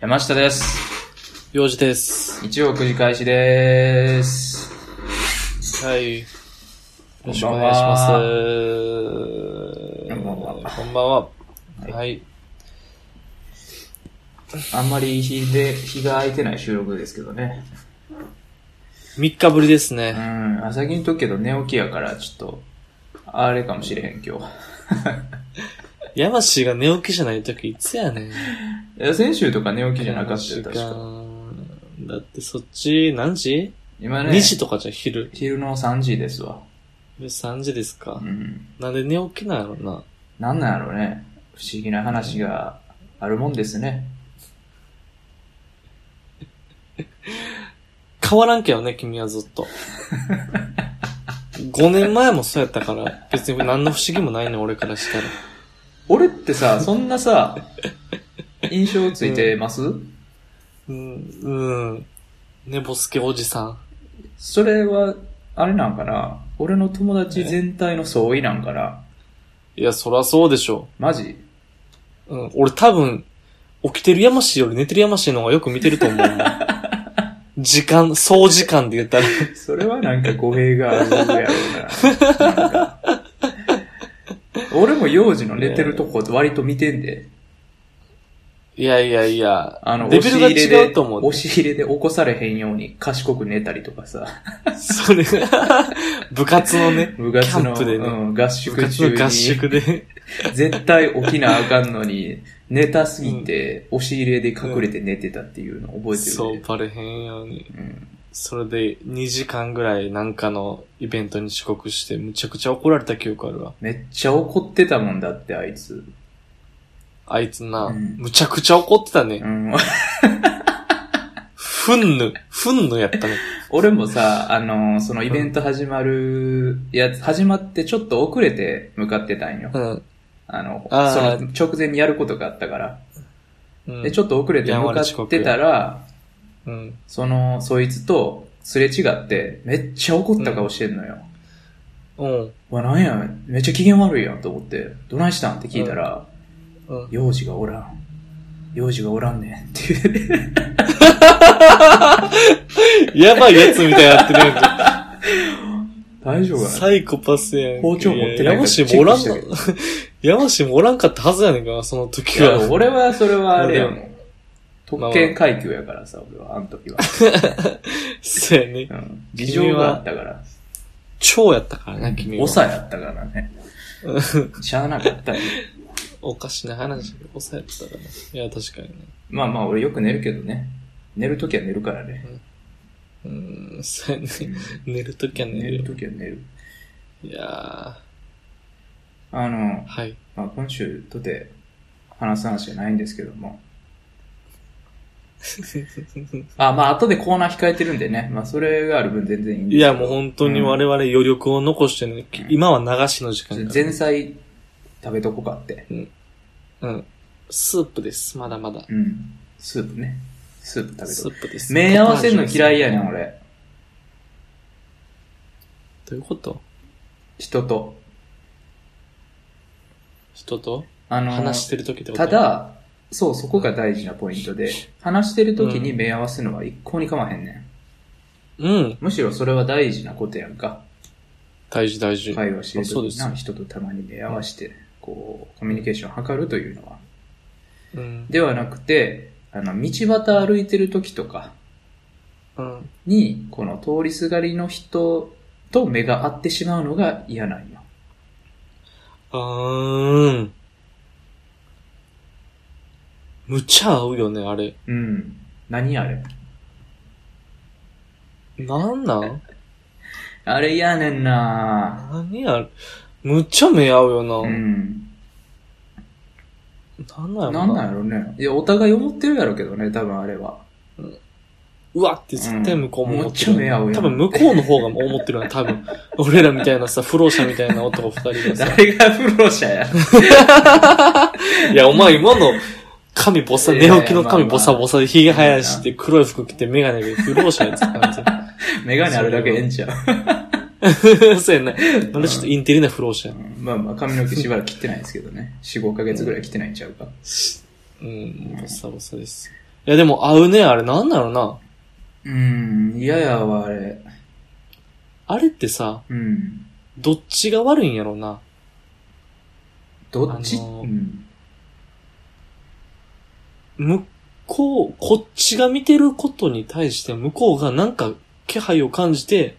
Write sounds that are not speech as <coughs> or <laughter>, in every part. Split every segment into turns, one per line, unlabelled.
山下です。
用事です。
日曜9時開始です。
はい。よろしくお
こんばん
願いします。
こんばんは
こんばんは。はい。
あんまり日で、日が空いてない収録ですけどね。
3日ぶりです
う
ね。
ん、あ先に言っとくけど寝起きやから、ちょっと、あれかもしれへん、今日。
ヤマシが寝起きじゃない時いつやねん。
いや先週とか寝起きじゃなかったよ、確
ヤ
か。
マシがだってそっち何時、
今
?2
ね、
時とかじゃん昼。
昼の3時ですわ。
で3時ですか
う。ん。
なんで寝起きなんやろな。
なんなんやろうね。不思議な話があるもんですね。
変わらんけどね、君はずっ <laughs> と。5年前もそうやったから、別に何の不思議もないね、俺からしたら。
俺ってさ、そんな
<laughs>
さ、印象ついてます、
うん、うん。寝ぼすけおじさん。
それは、あれなんかな俺の友達全体の相違なんかない
や、そらそうでしょ
マジ
う。うん、俺多分、起きてる山氏より寝てる山氏の方がよく見てると
<laughs>
思うもん。時間、総時間で言ったら。
それはなんか語弊があるやろうな。なんか俺も幼児の寝てるとこ割と見てんで、
いやいやいや、
あの、
レベルが違うと思う。
押し入れで押し入れで起こされへんように賢く寝たりとかさ、
それ、 <laughs> 部活のね、
部活の、
キャンプでね
うん、合
部
宿
活
中
の合
に、
宿で、
絶対起きなあかんのに、寝たすぎて、押し入れで隠れて寝てたっていうの覚えて
そ
る、
う、
ね
バレへんように。
うん
それで2時間ぐらいなんかのイベントに遅刻して、むちゃくちゃ怒られた記憶あるわ。
めっちゃ怒ってたもんだって、あいつ。
あいつな、
うん
むちゃくちゃ怒ってたね。
うん、 <laughs>
ふんぬ、ふんぬやったね。
俺もさ、あのそのイベント始まる、やつ、始まってちょっと遅れて向かってたんよ
う。ん
あの、
あー
その直前にやることがあったから。
うん。
で、ちょっと遅れて向かってたら、
うん。
その、そいつとすれ違って、めっちゃ怒った顔してんのよ。
うん。
うわ、なんや、めっちゃ機嫌悪いやんと思って、どないしたんって聞いたら、
うん。
幼児がおらん。幼児がおらんねんって言う。
やばいやつみたいになってるやんか。
大丈夫かな
サイコパスやんけ。
包丁持ってない
や
か
ま
らチ
し
ェ
もお
ッ
ら
ク
ん
した
の
けど、
やましもおらんかったはずやねんか、その時
いや、
は。
俺は、それはあれやも
ま
ん。特権階級やからさ、俺は、あの時は。
そうやね
う。ん。事情があったから。
超やったからな、君は。
おさやったからね。しゃあなかったね。
おかしな話。おさやったからな。いや、確かにね。
まあまあ、俺よく寝るけどね。寝るときは寝るからね。
うーん、そうやね。寝るときは寝
寝
る
る
よ。
ときは寝る。
いや
あの
ー、、はい。 <laughs>
まあ、今週とて話す話じゃないんですけども。あ、まあ、後でコーナー控えてるんでね。まあ、それがある分全然いいんで
い
すけど
や、もう本当に我々余力を残してね、今は流しの時間だ。
前菜食べとこかって。
うん。スープです、まだまだ。
うん。スープね。スープ食べとこ
スープです。
目合わせるの嫌いやねん、俺。
どういうこと
人と。
人と
あのー、
話してる時ってこと
ただ、そう、そこが大事なポイントで、話してる時に目合わせるのは一向に構わへんねん。
うん。
むしろそれは大事なことやんか。
大事大事。
会話してる
そうで
時に
す
な、。人とたまに目合わせて、こう、コミュニケーションを図るというのは。
うん。
ではなくて、あの、道端歩いてる時とか
うん。
に、この通りすがりの人と目が合ってしまうのが嫌なんよ。
あーん。むちゃ合うよね、あれ。
うん。何あれ
なんなん
あれ嫌ねんな
何や、むちゃ目合うよ
う
な。
ん。
なんなんや
なんなんやろね。いや、お互い思ってるやろけどね、多分あれは。
うわって絶対向こうも思ってる。
うんむっちゃ目合うよ
多分向こうの方が思ってるな、多
<laughs>
分。俺らみたいなさ、不老者みたいな男二人がさ。
誰が不老者 <laughs> や。
いや、お前今の、髪ボ
い
サ、寝
やいや
起きの髪ボサボサで髭生やして黒い服着てメガネで不老者やつ感じ。
メガネあるだけええんちゃう。
<laughs> そうやな。なんでちょっとインテリな不老者や。
まあまあ、髪の毛しばらく切ってないですけどね。4、5ヶ月ぐらい切ってないんちゃうか。
うん、ボサボサです。いやでも合うね、あれなんなのな。
うん、嫌やわ、あれ。
あれってさ、
うん。
どっちが悪いんやろな。
どっち、
あのー
うん。
向こう、こっちが見てることに対して向こうがなんか気配を感じて、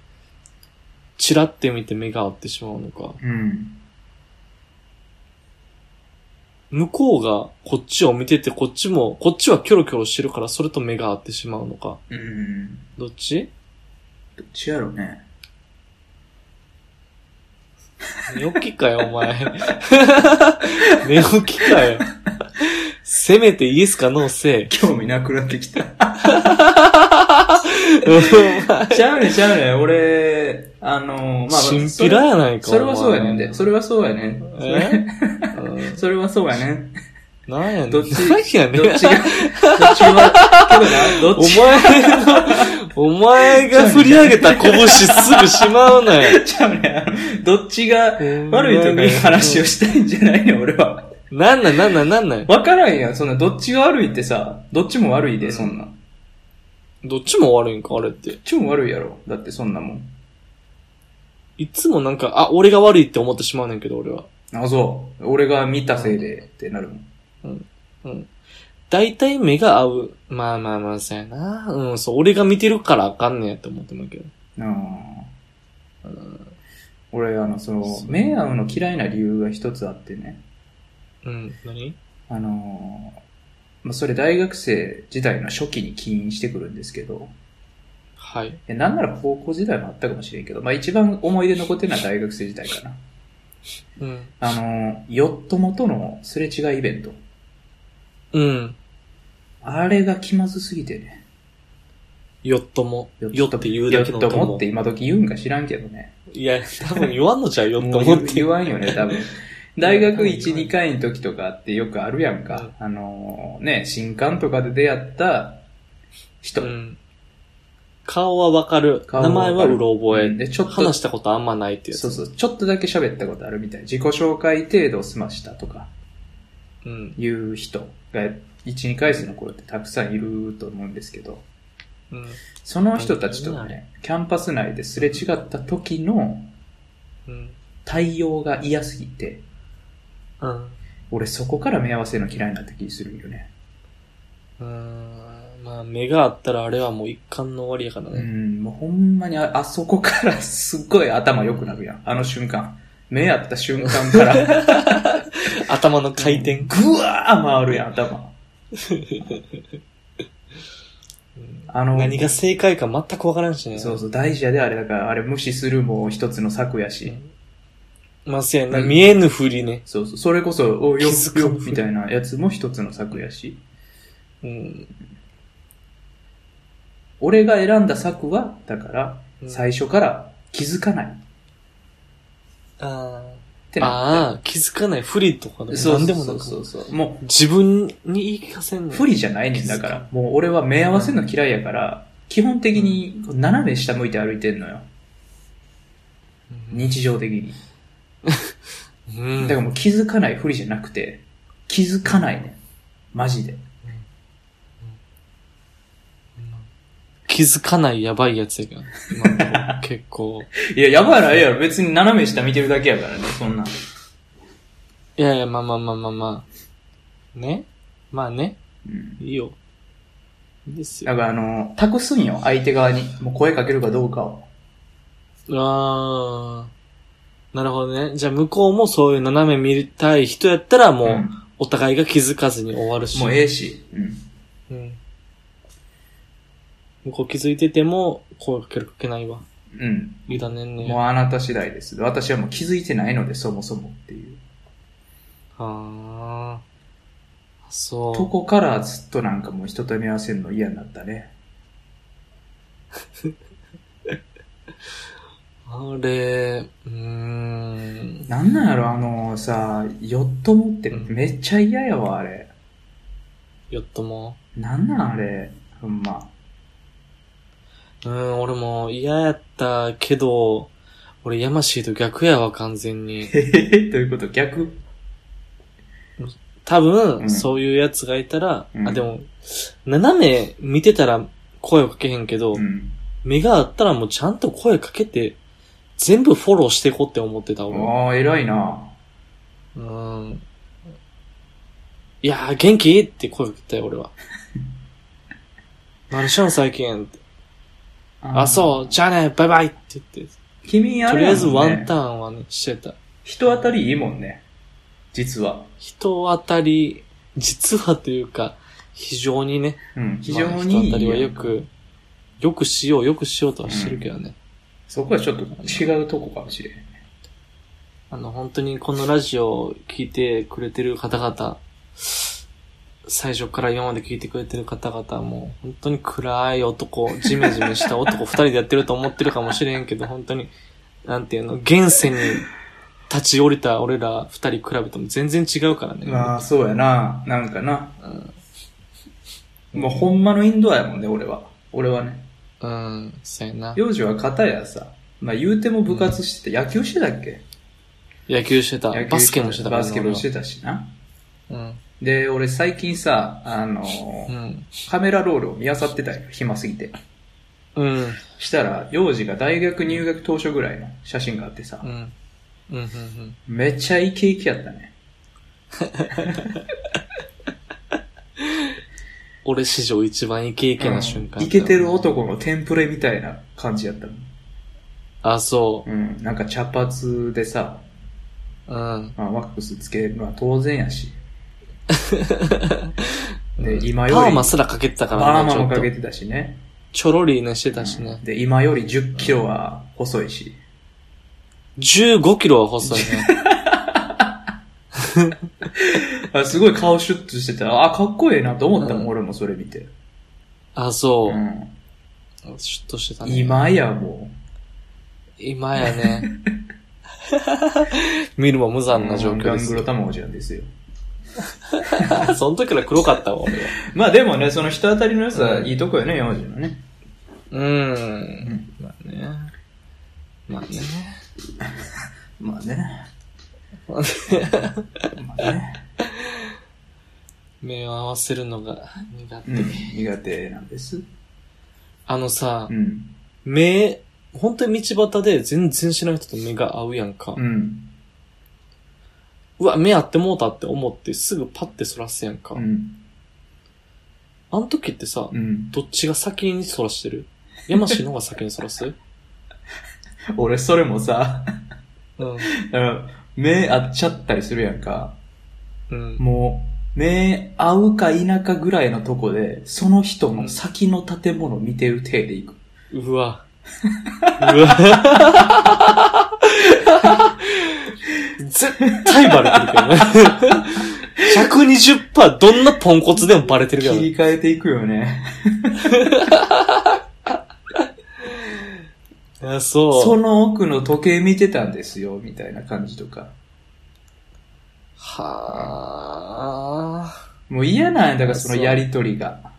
チラって見て目が合ってしまうのか。
うん。
向こうがこっちを見てて、こっちも、こっちはキョロキョロしてるから、それと目が合ってしまうのか。
うん。
どっち
どっちやろうね。
寝起きかよ、お前。 <laughs> 寝起きかよ。せめてイエスかノ
<laughs>
ーせ
興味なくなってきた。
え。お前
<laughs> ちゃうねんちゃうねん。俺、あのー、まあ、
チンピラやないか。
それはそうやねん
お
で。
前
それはそうやねん。それ
えう
<laughs>
ん
それはそうやね <laughs> ん。
なんやねん。
どっち
何やねん
どっちが、どっちが、けどな、ど
お
っち
前の、お前が振り上げた拳すぐしまうなよ。
<laughs> ちゃうねん。どっちが悪いとかいう話をしたいんじゃないねん、俺は。
なんなんなんなんなんなん
<laughs> わからんやん、そんな、どっちが悪いってさ、どっちも悪いで、そんな。どっ
どっちも悪いんか、あれって。
ちも悪いやろ。だってそんなもん。
いつもなんか、あ、俺が悪いって思ってしまうねんけど、俺は。
あ、そう。俺が見たせいで、ってなるもん。
大体目が合う。まあまあまあ、そうやな。うん、そう、俺が見てるからあかんねやって思ってもけど。
ああ俺、あの、その、
そう
目合うの嫌いな理由が一つあってね。
うん、何
あのーまあ、それ大学生時代の初期に起因してくるんですけど、
はい。
えなんなら高校時代もあったかもしれんけど、まあ、一番思い出残ってるのは大学生時代かな。
うん。
あのー、ヨット元のすれ違いイベント。
うん。
あれが気まずすぎてね。
よっとも。よって言うだけの
ヨット
と
も
も
って。今時言うんか知らんけどね。
いや、多分言わんのじゃうよっと
も
もっ
う
て。
言わんよね、
<laughs>
多分。大学1、
うん
2回の時とかってよくあるやんか。あのー、ね、新刊とかで出会った人。
うん。顔はわかる。
顔は
名
わか
前
る
はうろ覚え。
うんでちょっと
話したことあんまないってやつ。
そうそう、ちょっとだけ喋ったことあるみたい。自己紹介程度済ましたとか
うん。
いう人が、1、2回生の頃ってたくさんいると思うんですけど、
うん。
その人たちと
はい
ね、キャンパス内ですれ違った時の
うん。
対応が嫌すぎて、
うん。
俺そこから目合わせるの嫌いになった気するんよね。
うん。まあ、目があったらあれはもう一貫の終わりやから
う
ね。
ん、もうほんまにあ、あそこからすっごい頭良くなるやん。あの瞬間。目合った瞬間から。
頭の <laughs> 回転。
ぐわー回るやん、頭。あの、
何が正解か全くわからんしね。
そうそう、大事やで、あれだから、あれ無視するも一つの策やし。
まあ、せやな、
うん
見えぬふりね。
そうそう、それこそ、およ
気づ
っ
く
よっみたいなやつも一つの策やし。
うん。
俺が選んだ策は、だから、
うん
最初から気づかないっ
あ
て
あ。
なっ
ああ、気づかないふりとか
て。
ね。
そう
何で
そう
もな
そう
く。
そうそう。も
自分に言い聞かせん
う、
ねん
不利じゃないねんだから。もう俺は目合わせるの嫌いやから、基本的にこう斜め下向いて歩いてんのよ。日常的に。
うん
だからもう気づかないふりじゃなくて、気づかないねん。マジで。
気づかないやばいやつやけど。今のところ結構。
いや、やばないやろ。別に斜め下見てるだけやからね、そんなん。
<laughs> いやいや、まあまあまあまあまあ。ねまあね。
うん
いいよ。いいですよ。
だからあの、託すんよ、相手側に。もう声かけるかどうかを。
あー。なるほどね。じゃあ向こうもそういう斜め見たい人やったらもう、
うん
お互いが気づかずに終わるし。
もうええし。うん。
うん。向こう気づいてても、声かけるかけないわ。
うん。
委ねん
もう
ねや。
あなた次第です。私はもう気づいてないので、そもそもっていう。
あー。そう。
とこからずっとなんかもう人と見合わせるの嫌になったね。
あれ、うーん。
なんなんやろ、あのさ、ヨット持ってめっちゃ嫌やわ、あれ。
よっとも。
なんなんあれ。ほんま。
うん、俺も嫌やったけど、俺
<laughs>
やましいと逆やわ、完全に。
えへへ、ということ、逆。
多分、
うん
そういうやつがいたら、
うん
あ、でも、斜め見てたら声をかけへんけど、
うん。
目があったらもうちゃんと声かけて、全部フォローしてこって思ってた俺。
ああ、偉いな。
うん。いやー、元気って声かけたよ、俺は。 <laughs> 何しよん最近ってあ、そう、じゃあね、バイバイって言って。
う。君あ
と
れ
り
や
あ
も
え
んね
ずワンターンはね、してた。
人当たりいいもんね。実は。
人当たり、実はというか、非常にね、
うん。非常に
まあ
いい
人当たりは
や
よ
ん
く、よくしよう、よくしようとはしてるけどね。
そこはちょっと違うとこかもしれん。
あの、本当にこのラジオを聞いてくれてる方々、最初から今まで聞いてくれてる方々も、本当に暗い男、ジメジメした男二人でやってると思ってるかもしれんけど、本当に、なんていうの、現世に立ち降りた俺ら二人比べても全然違うからね。
まあ、そうやな。なんかな。
うん
もうほんまのインドアやもんね、俺は。俺はね。
うん、そうやな。
幼児は片やさ、まあ言うても部活してて、野球してたっけ
野球してた。
野球
バスケもしてたから
バ
ね
スケもしてたしな。
俺は
で、俺最近さ、あの
うん。
ー、
うん。
カメラロールを見漁ってたんよ、暇すぎて。
うん。
したら、幼児が大学入学当初ぐらいの写真があってさ
う、ん。うん。うん。
めっちゃイケイケやったね。
俺史上一番イケイケな瞬間。
イケてる。男のテンプレみたいな感じやったもん。
あ、そ
うん、なんか茶髪でさ、
う。うん。
まあ、ワックスつけるのは当然や
<laughs>
し。
う
で、
ん
今より、
パーマすらかけてたか
パ
ら
ー
ね、
マ
ちょ
も
っ
か
と
け。てたしね。
ちょろりねしてたしね。
で、今より10キロは細いし。
15キロは細いね。
<laughs> あすごい顔シュッとしてた。あ、かっこええなと思ったもん、
うん
俺もそれ見て。
あ、そうう。
ん。
シュッとしてたね。。
今やも
今や
<laughs>
ね。見るも無
う、
残な状況
ガ
で
ン
す
グ。ロ卵じゃんですよ。
<laughs> その時から黒かったわ、俺は。
まあでもね、その人当たりの良さ、
うん
いいとこよね、山路のね。
うん。まあね。まあね。
まあね。
まあね
まあね。
目を合わせるのが苦手。
うん、苦手なんです。
あのさ
う、ん。
目、本当に道端で全然知らない人と目が合うやんか
う。ん。
うわ、目合ってもうたって思ってすぐパッてそらすやんか
う。ん。
あの時ってさ
う、ん。
どっちが先にそらしてる山氏の方が先にそらすうん。
俺、それもさ、
うん。
うん目合っちゃったりするやんか。もう、目合うか否かぐらいのとこで、その人の先の建物見てる体でいく。
うわ。うわ。絶対バレてるけどね。120%どんなポンコツでもバレてるけど
切
ね。
り替えていくよね。
あそう。
その奥の時計見てたんですよ、みたいな感じとか。
はあ。
もう嫌なんや、だからその
そう
やりとりが。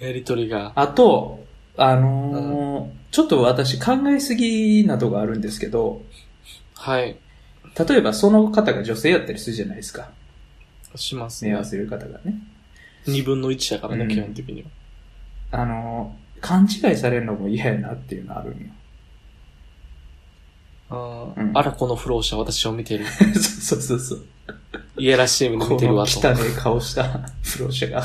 やりとりが。
あと、あのーちょっと私考えすぎなとこあるんですけど、
はい。
例えばその方が女性やったりするじゃないですか。
します
目合
ね
わ。せる方がね。
二分の一やからね、
うん
基本的には。
あのー勘違いされるのも嫌やなっていうのあるんよ。 <laughs>
あ,、
うん
あら、この不老者、私を見てる。
そうそうそうそう。
いやらしい目で
こ
見てる
の汚
わと。
い顔した不老者が。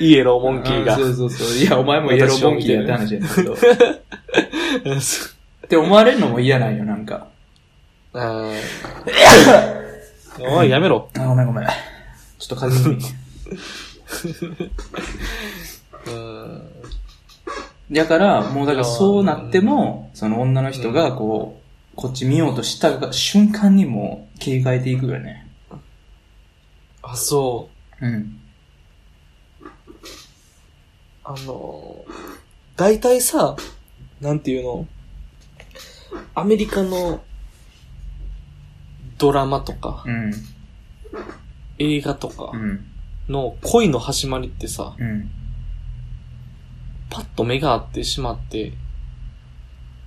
イエローモンキー
う
が
ん。そうそうそう。いや、お前もイエローモンキーやって話やねんけど。って思われるのも嫌なんよ、なんか。
うん <coughs> おい、やめろ。
あ、ごめんごめん。ちょっと風邪に。
うん。
だから、もうだからそうなっても、その女の人がこう、こっち見ようとしたが瞬間にもう切り替えていくよね。
あ、そう。
うん。
あの、大体さ、なんていうのアメリカのドラマとか
うん。
映画とか
うん。
の恋の始まりってさ、
うん。
パッと目が合ってしまって、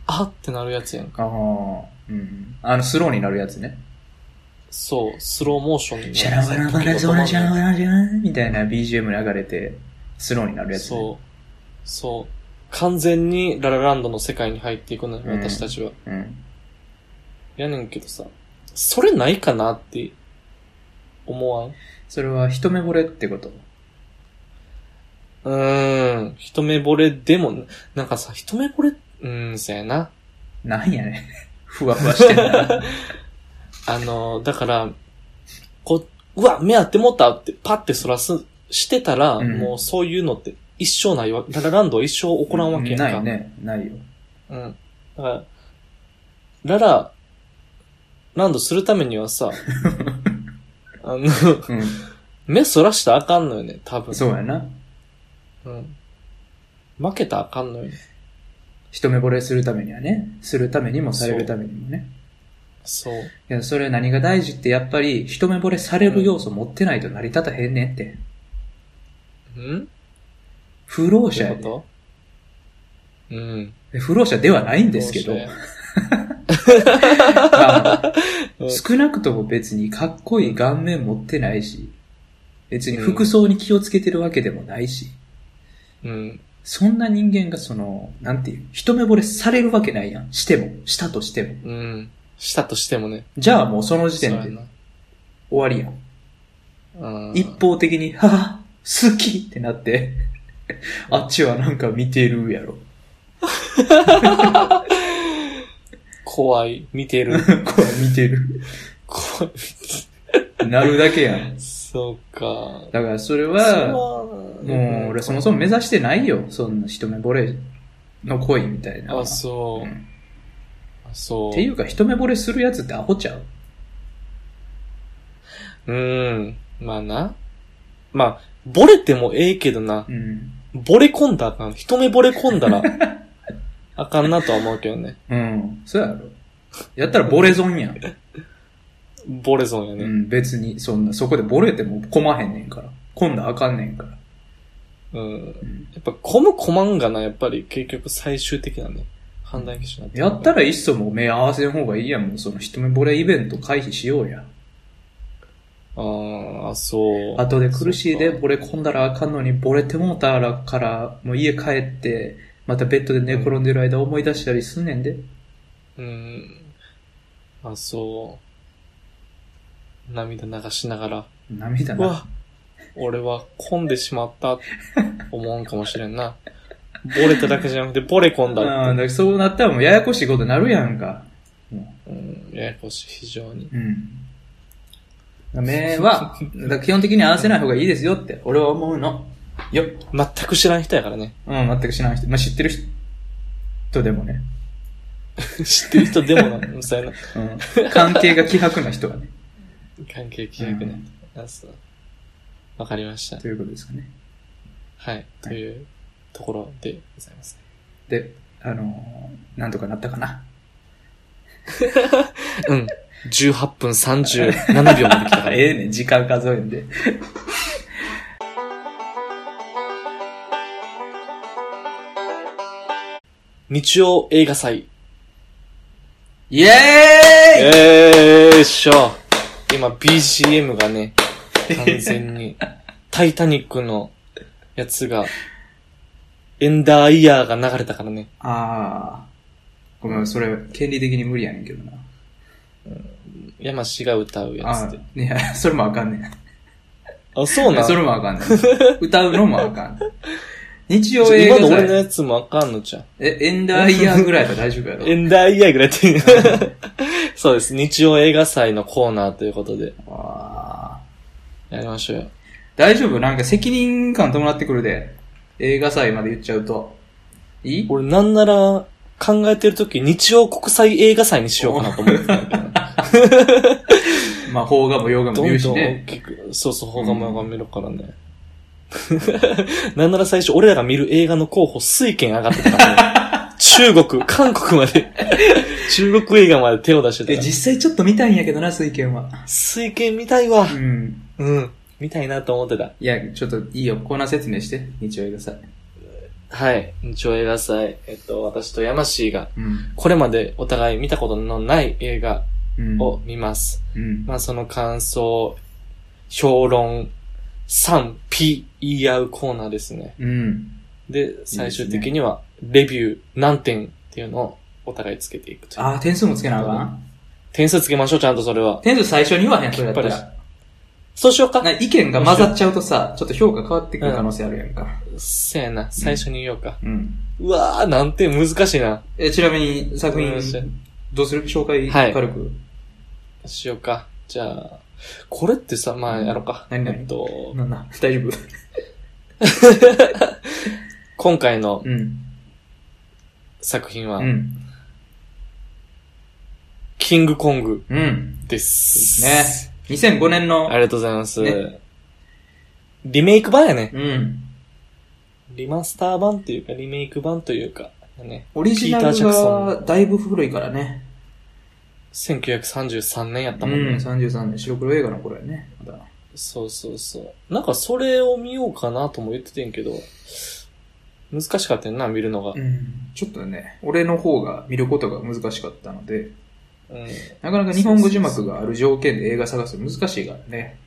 あってなるやつやんか。
ああ。うん。あの、スローになるやつね。
そう、スローモーションになる
シャラバラバラゾーラシャラバラジャーンみたいな BGM 流れて、スローになるやつ、ね。
そう。そう。完全にララランドの世界に入っていくのよ、
うん
私たちは。
う。うん。
やねんけどさ、それないかなって思わん
それは一目惚れってこと。
うーん、一目惚れでも、なんかさ、一目惚れ、うーん、そう
<laughs>
やな。
なんやねん。 <laughs> ふわふわしてんな。
あの、だから、こう、うわ、目合ってもったって、パってそらす、してたら、
うん
もうそういうのって一生ないわ、ララランドは一生起こらんわけやんか。
ないね。ないよ。
うん。だから、ララ、ランドするために
<laughs>
はさ、あの、
う
目そらしたらあかんのよね、多分。
ん。そうやな。
うん。負けたらあかんのよね。
一目惚れするためにはね。するためにもされるためにもね。
そう。
いや、それ何が大事ってやっぱり一目惚れされる要素持ってないと成り立たへんねんって。
うん
不老
どう
者
い
や
う
で
ことうん。
不老者ではないんですけど、
うし
あの
うん
少なくとも別にかっこいい顔面持ってないし、別に服装に気をつけてるわけでもないし、
てうん。
そんな人間がその、なんていう、一目惚れされるわけないやん。しても、したとしても。
うん。したとしてもね。
じゃあもうその時点
そう
で
や
終わりやん。
なうん
一方的に、はぁ、好きってなって、 <laughs> あっちはなんか見てるやろ。 <laughs>
怖い。見てる。
こう見てる。
<laughs> 怖
なるだけやん。
い。そうか。
だからそれ
それ
は、
は
もう俺そもそも目指してないよ。そんな一目惚れの恋みたいな。
あ、そうう。
ん
あそう。
っていうか一目惚れするやつってアホちゃう
うん。まあな。まあ、ボレてもええけどな。
うん。
ボレ込んだらあかん。一目ボレ込んだら、あかんなとは思うけどね。
うん。そうやろ。やったらボレゾンやん。
ボレゾンや
う
ね。
ん、別に、そんな、そこでボレてもこまへんねんから。今度あかんねんから。
うん。
うん
やっぱ、込む込まんがな、やっぱり結局最終的なね、判断基準になってくる
やったらいっそもう目合わせん方がいいやん。もうその一目惚れイベント回避しようや。
あーあ、そう。
後で苦しいで、
そうか
ボレ込んだらあかんのに、ボレてもうたらから、もう家帰って、またベッドで寝転んでる間思い出したりすんねんで。
うん。あ、そう。涙流しながら、
涙
う
な。
わ、俺は混んでしまった、思うんかもしれんな。ボレただけじゃなくて、ボレ込んだ
ああ、
っ
だからそうなったらもうややこしいことになるやんか。も
て。うん、ややこしい、非常に。
ううん。目は、だから基本的に合わせない方がいいですよって、俺は思うの。よっ。
全く知らん人やからね。 <laughs>
うん、全く知らない人。まあ、知ってる人でもね。
知ってる人でもな、そうやな。
<laughs> うん。関係が希薄な人はね。
関係気約ね。あそうわかりました
と。いうことですかね。
はい。というところでございますね。
で、あのーなんとかなったかな。
うん。18分37秒まで来た <laughs> か
<laughs>
ら。
ええねん、時間数えんで。
日曜映画祭。
イエーイ
えーっしょ。今 BGM がね、完全 <laughs> に、タイタニックのやつが、エンダーイヤーが流れたからね。
あー。ごめん、それ、権利的に無理やねんけどな。
山氏が歌うや
あ
つで。
ーいや、それもあかんねん。
あそうなん
それもあかんねん。歌うのもあか <laughs> ん。日曜映
今
画
の俺の
祭。
やつもあかんのじゃん。
え、エンダーイヤーぐらいだったら大丈夫や <laughs> ろ
エ。ンダーイヤーぐらいって。 <laughs> そうです。日曜映画祭のコーナーということで、
あー
やりましょうよ。
大丈夫なんか責任感伴ってくるで。映画祭まで言っちゃうと。いい
俺なんなら、考えてるとき、日曜国際映画祭にし <laughs> ようかなと思ってたんだけどね。
まあ、邦画も洋画も
ど
言
ん
うし
どん大
ね。
きく、そうそう、方がもが見るからね。 <laughs> なんなら最初、俺らが見る映画の候補、水軒上がってたからね。中国、韓国まで、中国映画まで手を出して
え、
たから。
実際ちょっと見たいんやけどな、水見は。
水軒見たいわ
う。ん。
うん。見たいなと思ってた。
いや、ちょっといいよ。コーナー説明して。日曜映画祭。
はい。日曜映画祭、えっと、私と山氏が、
うん。
これまでお互い見たことのない映画
うん。
を見ます。
うん。
まあその感想、評論、賛否言い合うコーナーですね。
うん。
で、最終的には、レビュー何点っていうのをお互いつけていくという。
ああ、点数もつけなあかん。
点数つけましょう、ちゃんとそれは。
点数最初に言わへん、それやった
やっ
ら。
そうしようか。
なんか意見が混ざっちゃうとさ、ちょっと評価変わってくる可能性あるやんか。
せやな、最初に言おうか。
うん。
うわー、なんて難しいな。
え、ちなみに作品
うんし、
どうする紹介
はい
軽く。
しようか。じゃあ、これってさ、まあやろうか。
何々
えっと、
なんだ、大丈夫。
今回の
うん。
作品は
う、ん。
キングコング
うん。
です。
ね。2005年の
あ、りがとうございます。
ね
リメイク版やね。
うん。
リマスター版というか、リメイク版というか、ね。
オリジナ
ピーター
ル
ジャクソン
がだいぶ古いからね。
1933年やった
うん、
もんね。
33年、白黒映画の頃やね。まだ
そうそうそう。なんかそれを見ようかなとも言っててんけど、難しかったよな、見るのが
う。ん。ちょっとね、俺の方が見ることが難しかったので、
うん。
なかなか日本語字幕がある条件で映画探すの難しいからね。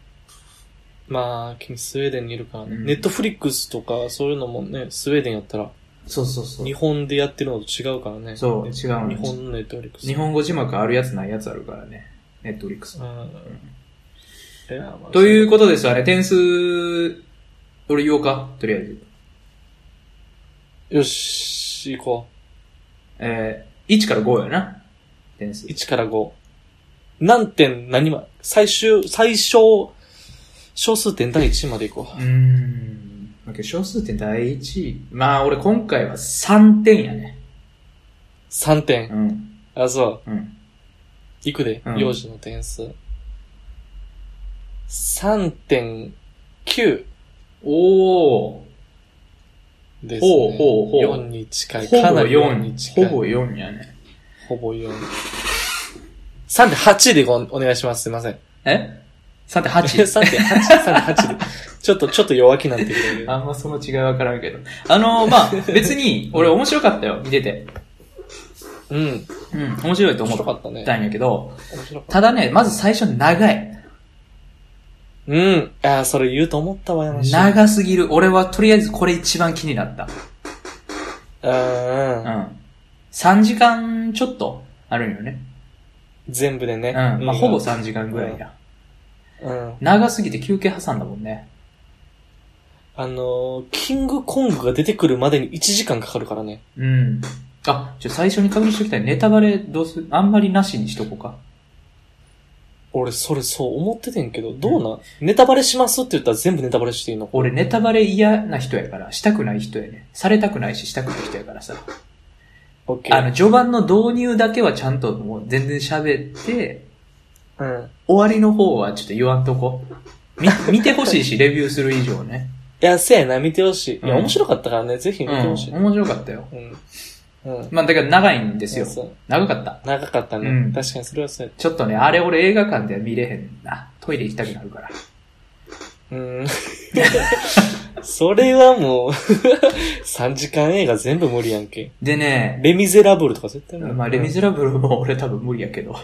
まあ、君スウェーデンにいるからね。
うん
ネットフリックスとかそういうのもね、スウェーデンやったら、
そうそうそ
日本でやってるのと違うからね。
そう
ね
違うの
日本のネットフリックス。
日本語字幕あるやつないやつあるからね。ネットフリックス
う。ん。えまあ
ということですわね。点数、俺言おうかとりあえず。
よし、行こ
えー、1から5やな。点数
う。。1から5。何点何ま、最終、最小、小数点第1まで行こ
うーん。まあけど小数点第一位。まあ、俺今回は3点やね。
う。3点。
うん。
あ、そう。
うん。
いくで
う、ん
幼児の点数。3.9
おー。
ですね。
ほうほうほう
4に近い。
ほ
か
ぼ
なり4
4
に近い。
ほぼ4やね。
ほぼ4。3.8でごお願いします。すいません。
え
<laughs>
?3.8。
3.8、3.8で。ちょっと、ちょっと弱気なんてくれる。
あんまその違いわからんけど。あのー、まあ、別に、俺面白かったよ、見てて。
うん。
うん、面白いと
面
思
白か
っ
ったね。
たんやけど、
面白かった。
ただね、まず最初長い。
うん。ああ、それ言うと思ったわ、山下。
長すぎる。俺はとりあえずこれ一番気になった。
うん
う
うん。
ん。3時間ちょっとあるんよね。
全部でね。
うん。まあ、ほぼ3時間ぐらいや。
うん。
長すぎて休憩挟んだもんね。
あのー、キングコングが出てくるまでに1時間かかるからね。
うん。あ、ちょ、最初に確認しておきたい。ネタバレどうするあんまりなしにしとこうか。
俺、それそう思っててんけど、どうなん、ネタバレしますって言ったら全部ネタバレしていいの
俺ネタバレ嫌な人やから、したくない人やね。されたくないし、したくない人やからさ。
オッケ
あの、
ー。
序盤の導入だけはちゃんともう全然喋って、
うん。
終わりの方はちょっと言わんとこ。 <laughs> み、見てほしいし、レビューする以上ね。
いや、せやな、見てほしい。いや、
うん
面白かったからね、ぜひ
う
見
ん。
てほしい。
面白かったよ。
うん。うん。
まあ、だから長いんですよ
そう。
長かった。
長かったね。
うん
確かにそれはそうやっ
ちょっとね、あれ俺映画館では見れへんな。トイレ行きたくなるから。
た。うん。 <laughs> それはもう、3時間映画全部無理やんけ。
でね、
レミゼラブルとか絶対無理。
まあ、レ・ミゼラブルも俺多分無理やけど。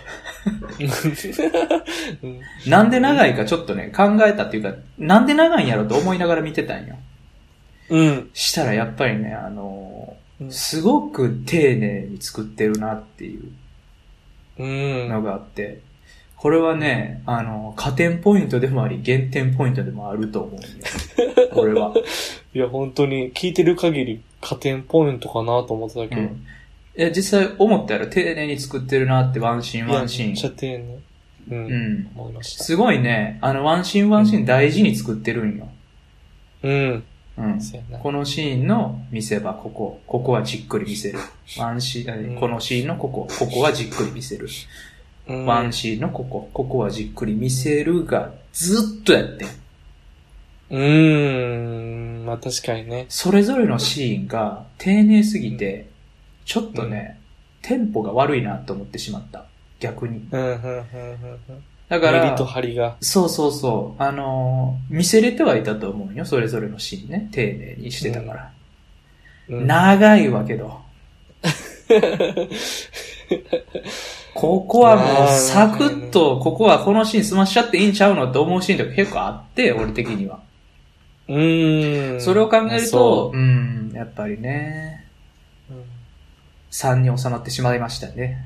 うん
なんで長いかちょっとね、考えたっていうか、なんで長いんやろと思いながら見てたんよ。
うん。
したらやっぱりね、あの
う
ー
ん
すごく丁寧に作ってるなっていう
うん。
のがあって、これはね、あのー加点ポイントでもあり、減点ポイントでもあると思うんよ。これ
<laughs>
は。
いや、本当に、聞いてる限り、加点ポイントかなと思ってたけ
う
ど。
ん。いや、実際思ったやろ、丁寧に作ってるなって、ワンシーン
いや
ワンシ
めっち
ー
ゃ
ン。
丁寧。う。
うんん。
思いました。
すごいね、あの、ワンシーンワンシーン大事に作ってるんよ。
うん。
うん。
そうやな。
このシーンの見せ場、ここ。ここはじっくり見せる。ワンシーン、
うん
このシーンのここ。ここはじっくり見せる。
うん
ワンシーンのここ。ここはじっくり見せるが、ずっとやってん。
うーん。まあ確かにね。
それぞれのシーンが丁寧すぎて、ちょっとね、テンポが悪いなと思ってしまった。逆に。
うん、うん、うん、うん。うん
だか
メリと
ら、
張りが。
そうそうそう。あのー見せれてはいたと思うよ。それぞれのシーンね。丁寧にしてたから。
うん。
長いわけど。ここはも
あ
う
ー
サクッと、ここはこのシーン済ましちゃっていいんちゃうのって思うシーンとか結構あって、俺的には。
うーん。
それを考えると
そ、
うん、やっぱりね、
う、うん
3に収まってしまいましたね。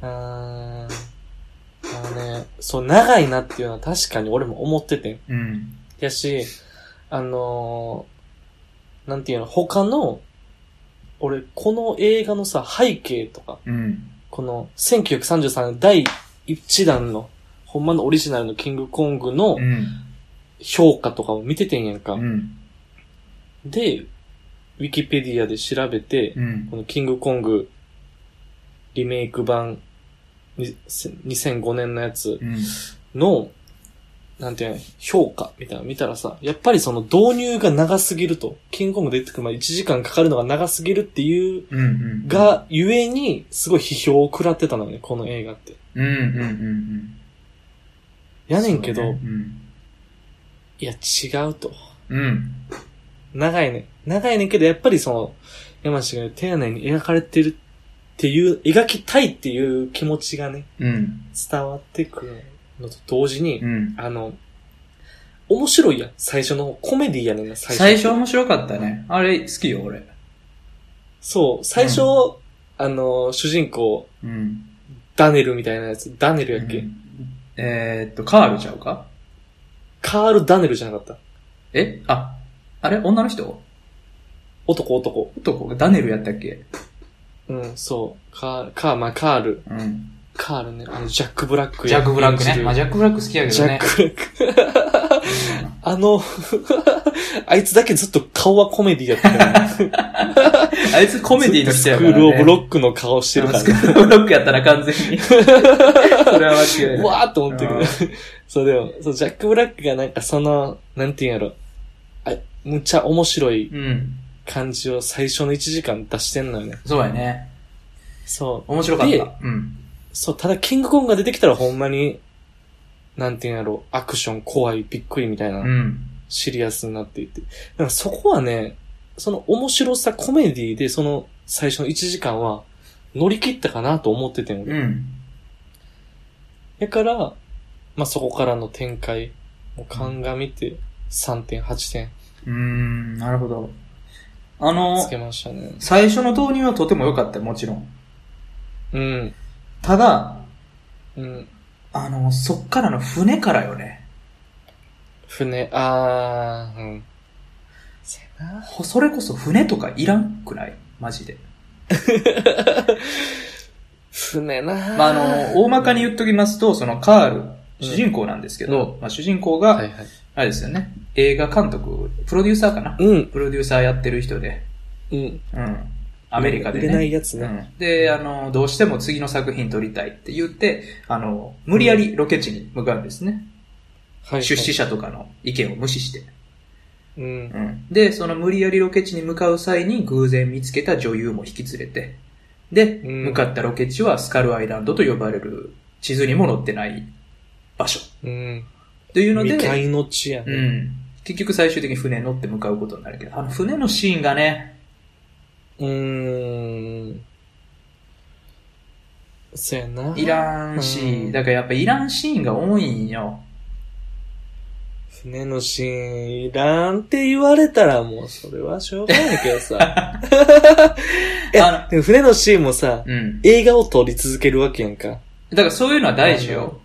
あーあのね、そう、長いなっていうのは確かに俺も思っててん。
うん。
やし、あのーなんていうの、他の、俺、この映画のさ、背景とか、
うん。
この1933年第1弾の、ほんまのオリジナルのキングコングの
うん。
評価とかを見ててんやんか
う。ん。
で、ウィキペディアで調べて、
うん
こ。のキングコングリメイク版に2005年のやつ
うん。
の、なんていうの、評価みたいなの見たらさ、やっぱりその導入が長すぎると、キングコング出てくるまで1時間かかるのが長すぎるっていう
うん。うん。
が、ゆえに、すごい批評を食らってたのね、この映画って。
うん、うん、うん、うん。
やねんけど、
そうねうん。
いや違うと。
うん。
長いね。長いねんけど、やっぱりその、山下が言う丁寧に描かれてるっていう、描きたいっていう気持ちがね、
うん。
伝わってくるのと同時に、
うん。
あの、面白いやん。最初の方コメディやねんな、最初。
最初面白かったね。あれ、好きよ、俺。
そう、最初、
う
あの、主人公、
うん。
ダネルみたいなやつ。ダネルやっけ、
うんえーっと、カールちゃうか
カール・ダネルじゃなかった。
えあ、あれ女の人
男、男。
男ダネルやったっけ
うん、そう。カール、カー、まあ、カール。
うん。
カールね、あの、ジャック・ブラック
ジャック・ブラック
演じ
ね。
る
まあ、ジャック・ブラック好きやけ
ジ
ど
ャッ
ね
ク・。ブラック。あの、 <laughs> あいつだけずっと顔はコメディやったから、ね。
うんあいつコメディの人やから、ね。
ずっとスクール・オブ・ロックの顔してるから、
ス
ね
ク。ール・オブ・ロックやったら完全に。それは間違いない。
わーっと思ってる
うん
けど。 <laughs> そうでも、そう、ジャック・ブラックがなんかその、なんていうんやろ。あ、むっちゃ面白い
うん。
感じを最初の1時間出してんのよね。
そうやね。
そう。
面白かっ
で
た。うん。
そう、ただキングコングが出てきたらほんまに、なんていうんやろ、アクション、怖い、びっくりみたいな、
うん。
シリアスになっていて。だからそこはね、その面白さ、コメディで、その最初の1時間は、乗り切ったかなと思っててん俺
うん。
だから、まあ、そこからの展開を鑑みて、3.8点
うーん、なるほど。あの
つ、けましたね。
最初の導入はとても良かったよもちろん。
うん。
ただ、
うん。
あの、そっからの船からよね。
船、あー、うん。せやな。
ほそれこそ船とかいらんくないマジで。
船な
まあ、あの、大まかに言っときますと、そのカール、主人公なんですけど、まあ、主人公
は
が
い、はい。
あれですよね、映画監督、プロデューサーかな、
うん。
プロデューサーやってる人で、
うん。
うん。アメリカで
売れな
ね。
いやつ
う
ね。
ん、で、あの、どうしても次の作品撮りたいって言って、あの、無理やりロケ地に向かうんですね。
はい。
出資者とかの意見を無視して。
うん。
うん、で、その無理やりロケ地に向かう際に偶然見つけた女優も引き連れて、で、
うん
向かったロケ地はスカルアイランドと呼ばれる地図にも載ってない場所
うん。
というの
未
で、
開の地や
う
ね。
ん、結局最終的に船に乗って向かうことになるけど、あの船のシーンがね、
うーん。そやな。
いらんし、
うん
だからやっぱいらんシーンが多いんよ。
船のシーンいらんって言われたらもうそれはしょうがないけ
<laughs>
どさ。え
あ
でも船のシーンも
の
さ、
うん。
映画を撮り続けるわけやんか。
だからそういうのは大事よ。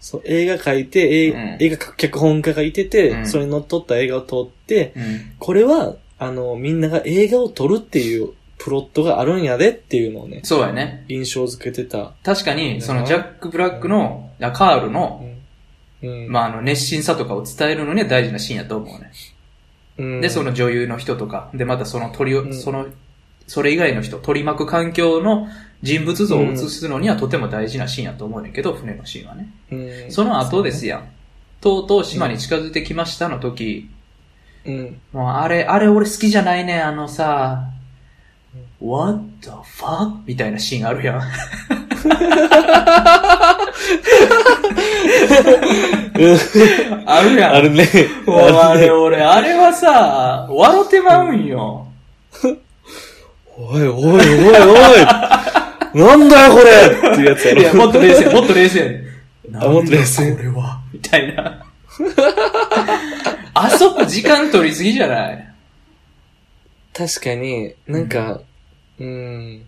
そう、映画書いて、え
うん
映画脚本家がいてて、
うん
それに乗っ取った映画を撮って、
うん。
これは、あの、みんなが映画を撮るっていうプロットがあるんやでっていうのをね、
そうやね。
印象付けてた。
確かに、そのジャック・ブラックの、いやカールの
う、ん。うん。
まあ、あの、熱心さとかを伝えるのには大事なシーンやと思うね。
うん
で、その女優の人とか、で、またその取りを、
うん
その、それ以外の人、取り巻く環境の人物像を映すのにはとても大事なシーンやと思うねんけど、船のシーンはね。
うん、
その後ですや
よ。
ん。とうとう島に近づいてきましたの時、 <laughs>
うん。
もうあれ、あれ俺好きじゃないねん、あのさ、What the fuck? みたいなシーンあるやん。 <laughs> あるやん。
あるね。
もうあれ俺、あれはさ、笑ってまうんよ。
おいおいおいおいなんだよこれっていうやつや
<laughs>
ろ。
いや、もっと冷静、もっと冷静やねん。
あもっと冷静
なんだこれは。みたいな。 <laughs> あそこ時間取りすぎじゃない
確かに、なんか、うん、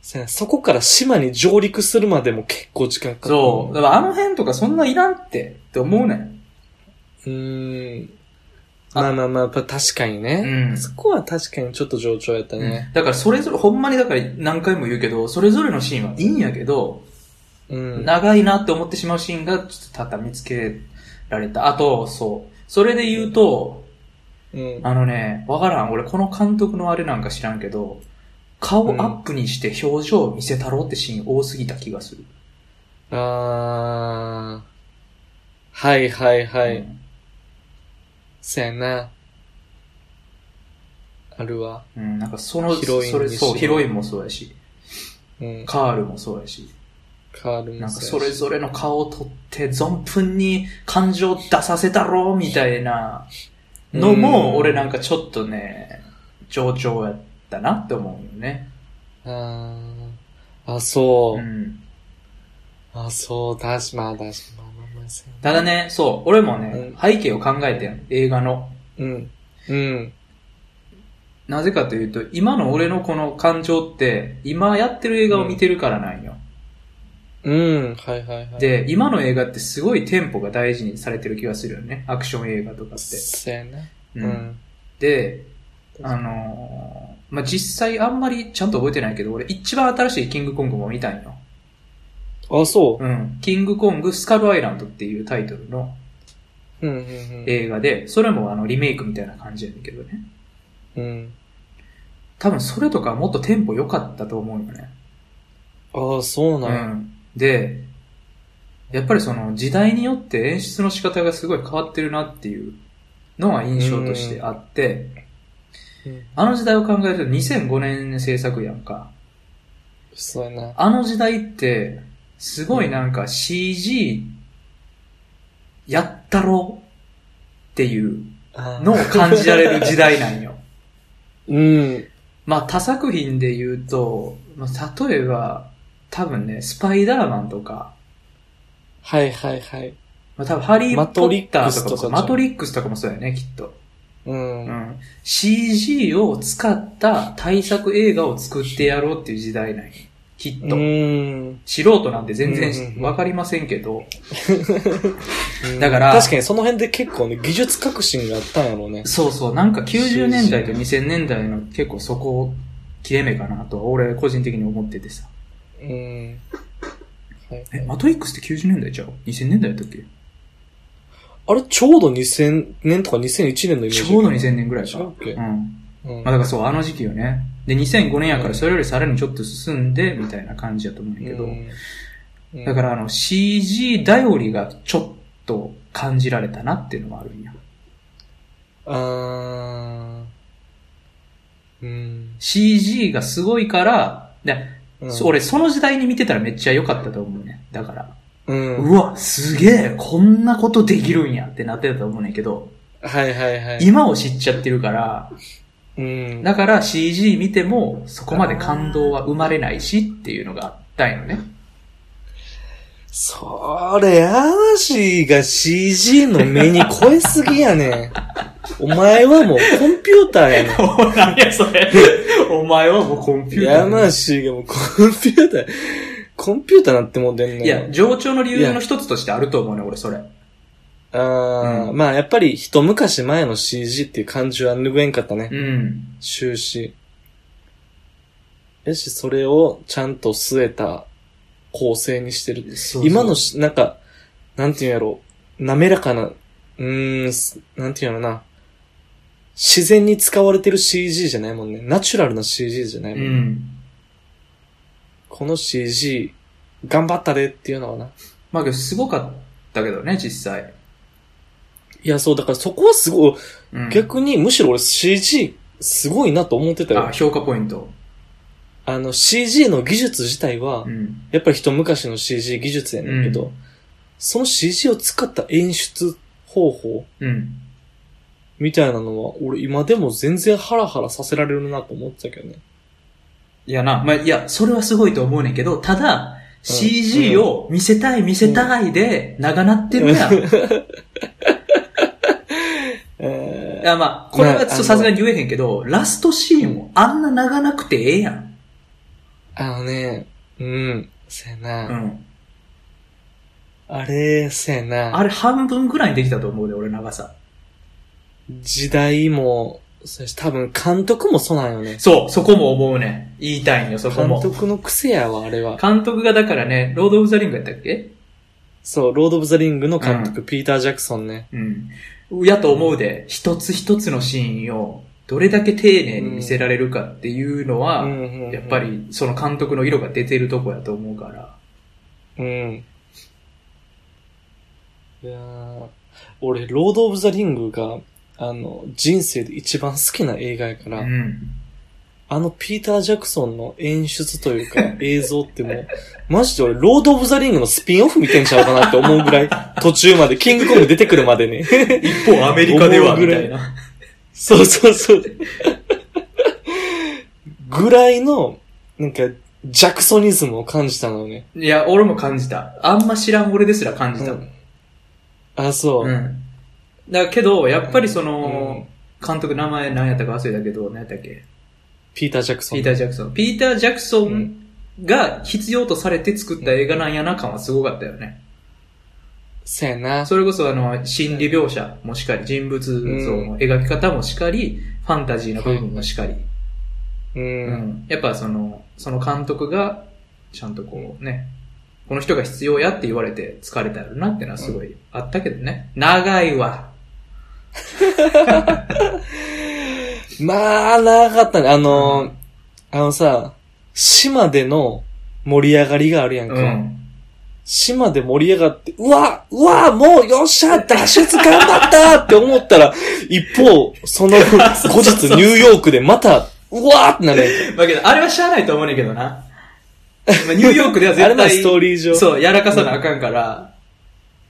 そやそこから島に上陸するまでも結構時間かかる。
そう。だからあの辺とかそんないらんって、って思うねん。
うーん。まあまあまあ、やっぱ確かにね。
うん
そこは確かにちょっと冗長やったね。
だからそれぞれ、ほんまにだから何回も言うけど、それぞれのシーンはいいんやけど、
うん。
長いなって思ってしまうシーンがちょっとただ見つけられた。あと、そう。それで言うと、
うん。
あのね、わからん。俺この監督のあれなんか知らんけど、顔アップにして表情を見せたろうってシーン多すぎた気がする。
あー。はいはいはい。そやな。あるわ。
うん、なんかその、
ヒロイン
それ
にし
そう、ヒロインもそうやし、
うん。
カールもそうやし、
カールも
なんか
そ
そう
や
れ
し
ぞれの顔を取って存分に感情出させたろうみたいなの
うん
も、俺なんかちょっとね、上調やったなって思うよね。
あーあ、そうう。
ん。
あ、そう。確かまあ確かまあまあまあそうや
ただね、そう、俺もね
う、ん
背景を考えてん、映画の。
うん。うん。
なぜかというと、今の俺のこの感情って、今やってる映画を見てるからなんよ。
うん。はいはいはい。、
で、今の映画ってすごいテンポが大事にされてる気がするよね。アクション映画とかって。
そやな。
うん
うん。
で、あのーまあ、実際あんまりちゃんと覚えてないけど、俺一番新しいキングコングも見たんよ。
あ、そ
うん。キングコングスカルアイランドっていうタイトルの
う。うん。うん。
映画で、それもあのリメイクみたいな感じやねんけどね。
うん。うん。
多分それとかもっとテンポ良かったと思うよね。
ああ、そう
う
なんや。
ん。で、やっぱりその時代によって演出の仕方がすごい変わってるなっていうのは印象としてあって、
うん。
あの時代を考えると2005年制作やんか。
そうやな。
あの時代って、すごいなんか CG やったろっていう
あー
のを感じられる時代なんよ。
<laughs> うん。
まあ他作品で言うと、まあ、例えば多分ね、スパイダーマンとか、
はいはいはい。
まあ、多分ハリー・
マ
ポ
トリ
ッ
ッ
タ
ク
ー
ス
と
と
か
か
もそう
じゃん
マトリックスとかもそうだよね、きっと。
う。
うんん。CG を使った対策映画を作ってやろうっていう時代なんよ。きっと。
うん。
素人なんて全
うんうんう
然
ん
わかりませんけど、
うん
だから
確かにその辺で結構ね、技術革新があったんやろうね。
そうそう、なんか90年代と2000年代の結構そこ切れ目かなとは俺個人的に思っててさ。
うん。はい
え、マトリックスって90年代ちゃう ?2000 年代やったっけ
あれ、ちょうど2000年とか2001年のイメージ。
ちょうど2000年ぐらいか。
違うっけ
ん。
うん
まあだからそう、あの時期よね。で、2005年やからそれよりさらにちょっと進んで、みたいな感じやと思うんだけど。
うん
だからあの CG 頼りがちょっと感じられたなっていうのもあるんや。
あー。うん。
CG がすごいから、で、
うん
俺その時代に見てたらめっちゃ良かったと思うね。だから。
うん。
うわ、すげえ、こんなことできるんやってなってたと思うねんけど、
はいはいはい。
今を知っちゃってるから、
うん。
だから CG 見てもそこまで感動は生まれないしっていうのがあったんよね。 <laughs>
それ、嵐が CG の目に超えすぎやね
<laughs>
ん。お前はもうコンピューターやねん。
お何やそ
<laughs>
れ。お前はもうコンピューターだね。
山氏がもうコンピューター、コンピューターなってもう出んねん。
いや、上長の理由の一つとしてあると思うね、俺それ。
あー、
う
まあやっぱり一昔前の CG っていう感じは拭えんかったね。
うん。
終始。やし、それをちゃんと据えた構成にしてる。
そうそう
今のし、なんか、なんていうんやろう、滑らかな、うーんす、なんていうんやろな。自然に使われてる CG じゃないもんね。ナチュラルな CG じゃないうもん、
ん。
この CG、頑張ったでっていうのはな。
まあけど、すごかったけどね、実際。
いや、そう、だからそこはすごい、
うん、
逆にむしろ俺 CG すごいなと思ってたよ。
あ、評価ポイント。
あの CG の技術自体は
う、ん。
やっぱり一昔の CG 技術やねんけど、
う
その CG を使った演出方法
うん。
みたいなのは、俺今でも全然ハラハラさせられるなと思ってたけどね。
いやな、まあ、いや、それはすごいと思うねんけど、ただ、CG を見せたい見せたいで、長なってるやん。い
<laughs> え
や、まあ、これはちょっ
まああの
とさすがに言えへんけど、ラストシーンもあんな長なくてええやん。
ー、あのね、うん、せやな、
うん。
あれ、せやな、
あれ半分ぐらいにできたと思うで、俺長さ。
時代も、そして多分監督もそうなんよね。
そう、そこも思うねん。言いたいんよ、そこ
監
も。
督の癖やわ、あれは。
監督がだからね、ロード・オブ・ザ・リングやったっけ
そう、ロード・オブ・ザ・リングの監督、ピーター・ジャクソンね。
うん。やと思うで、一つ一つのシーンをどれだけ丁寧に見せられるかっていうのは、
うんうんうん
やっぱ。りその監督の色が出てるとこやと思うから。
うん。いやー俺、ロード・オブ・ザ・リングが、あの、人生で一番好きな映画やから、
うん。
あのピーター・ジャクソンの演出というか
<laughs>
映像ってもう、マジで俺、ロード・オブ・ザ・リングのスピンオフ見てんちゃうかなって思う
<laughs>
ぐらい、途中まで、キングコング出てくるまでね。
一方アメリカでは、
思う
み
ぐら
た
い
いな。
そうそうそう。ぐらいの、なんか、ジャクソニズムを感じたのね。
いや、俺も感じた。あんま知らん俺ですら感じたもん。
あ、そう。
うん。だけど、やっぱりそうの
ん、
監督名前何やったか忘れたけど、何やったっけ
ピーター・ジャクソン。
ピーター・ジャクソン。ピーター・ジャクソ
う
ンが必要とされて作った映画なんやな感はすごかったよね。
そうやな。
それこそあの、心理描写もしかり、人物像の描き方もしかり、ファンタジーの部分もしかり。う
う。
んん。やっぱその、その監督が、ちゃんとこうね、この人が必要やって言われて疲れたるなってのはすごいあったけどね。長いわ。
まあ、長かったね。あのーあのさ、島での盛り上がりがあるやんか。
うん。
島で盛り上がって、うわうわもうよっしゃ脱出頑張った <laughs> って思ったら、一方、そ
<laughs>
の後日ニューヨークでまた、うわーってなるやんか。
まあけど、あれはしゃあないと思うねんけどな。まあニューヨークでは
<laughs> あれ
絶
な
対、
ストーリー上。
そう、やらかさなあかんから、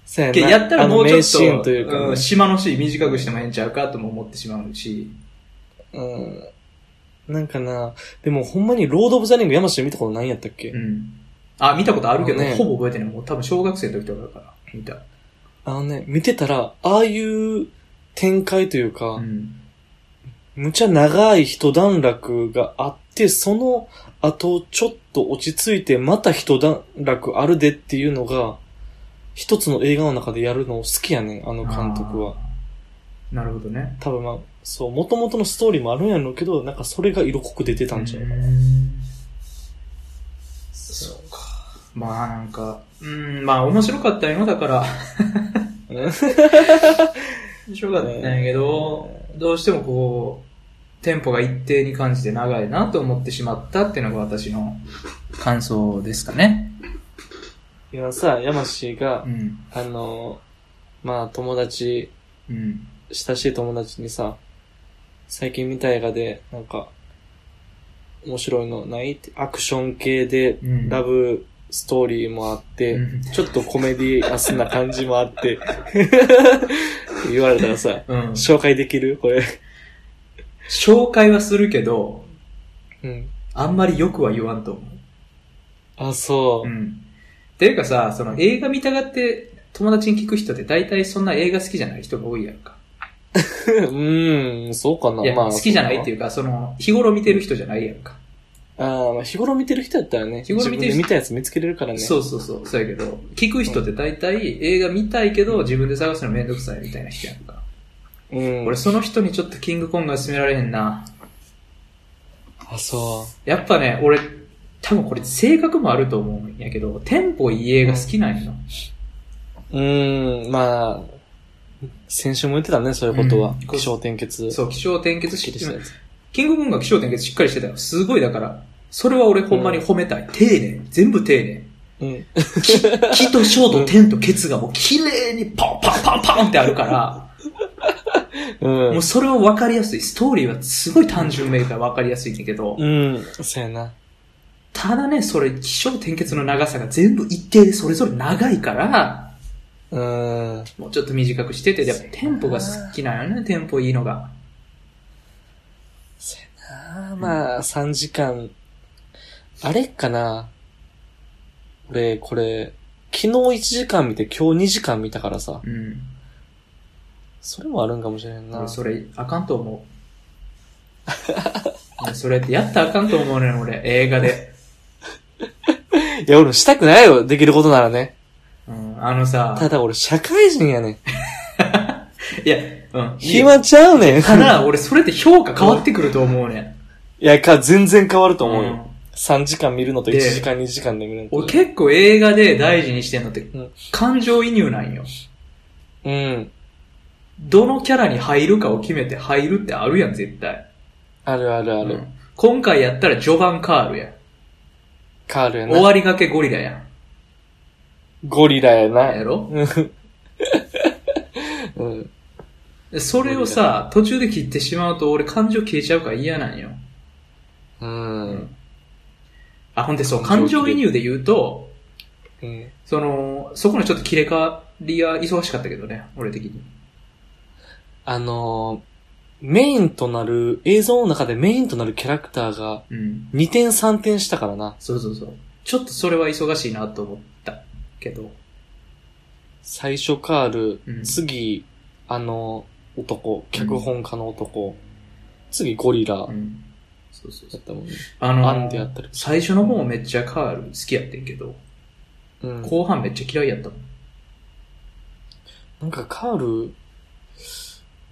そうや
け
な。
どやったらもうちょっと、
あの名シーンというかね、
うん島のシーン短くしてもええんちゃうかとも思ってしまうし。
うん。なんかな、でもほんまにロード・オブ・ザ・リング山下見たことないんやったっけ、
うん。あ、見たことあるけど、
ね
ほぼ覚えてない。もう多分小学生の時とかだから、見た。
あのね、見てたら、ああいう展開というか、
うん。
むちゃ長い一段落があって、その後ちょっと落ち着いてまた一段落あるでっていうのが、一つの映画の中でやるの好きやねん、あの監督は。
なるほどね。
多分まあ、そう、元々のストーリーもあるんやろうけど、なんかそれが色濃く出てたんちゃうかな。
うん
そ
そうか。まあなんか、うん、まあ面白かったよ、だ <laughs> から。面白かったんやけど、どうしてもこう、テンポが一定に感じて長いなと思ってしまったっていうのが私の感想ですかね。
<laughs> 今さ、山氏が
う、ん。
あの、まあ友達、
うん。
親しい友達にさ、最近見た映画で、なんか、面白いのないって、アクション系で
う、ん
ラブストーリーもあって、
うん
ちょっとコメディアスな感じもあって、 <laughs> 言われたらさ、
うん。
紹介できるこれ。
紹介はするけど、
うん。
あんまりよくは言わんと思う。
あ、そうう。
ん。っていうかさ、その映画見たがって友達に聞く人って大体そんな映画好きじゃない人が多いやんか。
うん、そうかな。
いや、
まあ、
好きじゃないって
いう。
いうか、その、日頃見てる人じゃないやんか。
ああ、まあ日頃見てる人やったらね、
日頃見てる人
自分で見たやつ見つけれるからね。
そうそうそう、そうやけど、聞く人って大体映画見たいけど自分で探すのめんどくさいみたいな人やんか。
う。うん。
俺その人にちょっとキングコングは勧められへんな。
あ、そ
やっぱね、俺、多分これ性格もあると思うんやけど、テンポいい映画好きなんやな。
う。うん、まあ、先週も言ってたね、そういうことは。
うん
気象転結。
そう、気象転結
し
し
っきりしたやつ。
キングコングが気象点結しっかりしてたよ。すごいだから、それは俺ほんまに褒めたい。丁寧。全部丁寧。
うん。
木と小と天とケツがもう綺麗にパンパンパンパンってあるから、
う
も
ん
う。それは分かりやすい。ストーリーはすごい単純明快分かりやすいんだけど、
うん。そうやな。
ただね、それ気象点結の長さが全部一定でそれぞれ長いから、
うん。
もうちょっと短くしてて、やっぱテンポが好きなんよね、テンポいいのが。
そうやな。まあ、3時間あれかな俺、これ、昨日1時間見て今日2時間見たからさ、
うん。
それもあるんかもしれんな。
俺それ、あかんと思 <laughs> う。いやそれってやったらあかんと思うねん、俺。映画で。
いや、俺したくないよ。できることならね。
うん、あのさ、
ただ俺社会人やねん。
いや、うん。
暇ちゃう
<laughs>
ねん。
ただ、俺それって評価変わってくると思うねん。
いや、か、全然変わると思うよ。
ん
3時間見るのと1
で
時間2時間で見るのと
俺。結構映画で大事にしてんのって
ん、
感情移入なんよ。
うん。
どのキャラに入るかを決めて入るってあるやん、絶対。
あるあるある。
うん今回やったら序盤カールやん。
カールや
終
な。
わりがけゴリラや。。
ゴリラやなん <laughs>
やろ
うん。
でそれをさ、途中で切ってしまうと俺感情消えちゃうから嫌なんよ。
うん。
あ、ほんでそう、
感
感
情
情
移
移
入
入で言うと、
うん。
その、そこのちょっと切れ替わりが忙しかったけどね、俺的に。
あのー、メインとなる、映像の中でメインとなるキャラクターが
うん。
2点3点したからな。
そうそうそう。ちょっとそれは忙しいなと思ったけど。
最初カール、
うん
次、あの、男、脚本家の男、次ゴリラ、だ
ん。そうそうそう
っ。たもんね。
あ
アン
の
でやったり。
最初の方めっちゃカール好きやってんけど、
うん。
後半めっちゃ嫌いやったもん。
なんかカール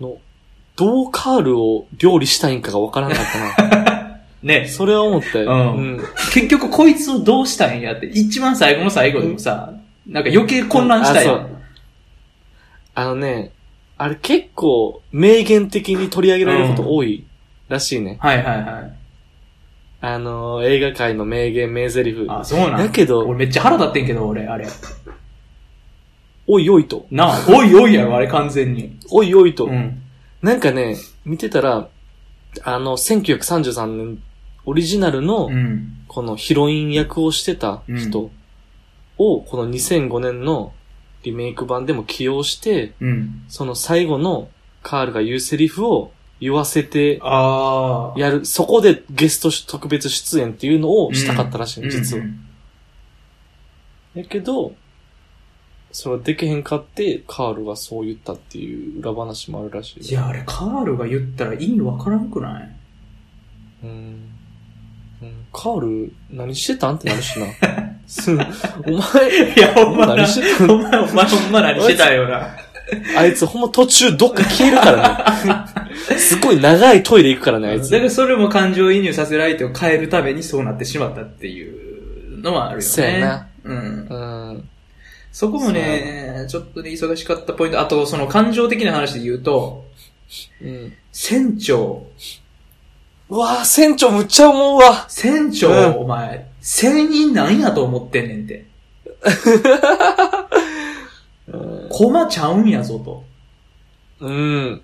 の、どうカールを料理したいんかがわからなかった
<laughs>
な。
ね
それは思って。
うん結局こいつをどうしたいんやって、一番最後の最後でもさ、なんか余計混乱したい
あそうあのね、あれ結構名言的に取り上げられること多いらしいね。
はいはいはい。
あの、映画界の名言、名台詞。
あ、そうなん
だけど
俺めっちゃ腹立ってんけど、俺、あれ。
おいおいと。
なあ、おいおいやろ、あれ完全に。
おいおいと。
うん。
なんかね、見てたら、あの、1933年オリジナルの
う、ん。
このヒロイン役をしてた人を、この2005年のリメイク版でも起用して、
うん。
その最後のカールが言うセリフを言わせて
あー。
やる、そこでゲストし特別出演っていうのをしたかったらしい、実は
うんう。ん
やけど、それはできへんかって、カールがそう言ったっていう裏話もあるらしいよ。
いや、あれ、カールが言ったら意味わからんくない
うん。うんカール、何してたんってなるし
<laughs>
な。すお前、
いや、ほんまな
何してたん
お前、お前、ほんま何してたんよな。
あいつほんま途中どっか消えるから
<laughs>
ね。すごい長いトイレ行くからね、あい
だか
つ。
らそれも感情移入させる相手を変えるためにそうなってしまったっていうのはあるよね。
そうやな
うん。
うん。
そこもね、ちょっとね、忙しかったポイント。あと、その感情的な話で言うと、
うん。
船長。
うわぁ、船長むっちゃ思うわ。
船長、
うん
お前、船員なんやと思ってんねん
<laughs>
て。
うん。
コマちゃうんやぞと。
うん。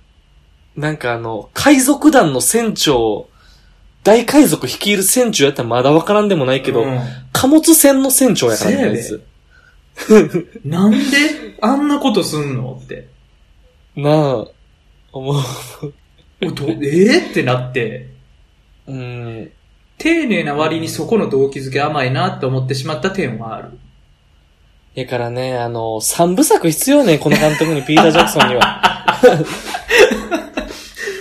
なんかあの、海賊団の船長、大海賊率いる船長やったらまだわからんでもないけど、
うん
貨物船の船長やからね、
せや
あ
で
いつ。
なんであんなことすんのって。
なあ、思う。
おどえー、ってなって、
うん。
丁寧な割にそこの動機づけ甘いなって思ってしまった点はある。
やからね、あの、三部作必要ね、この監督 <laughs> に、ピーター・ジャクソンには。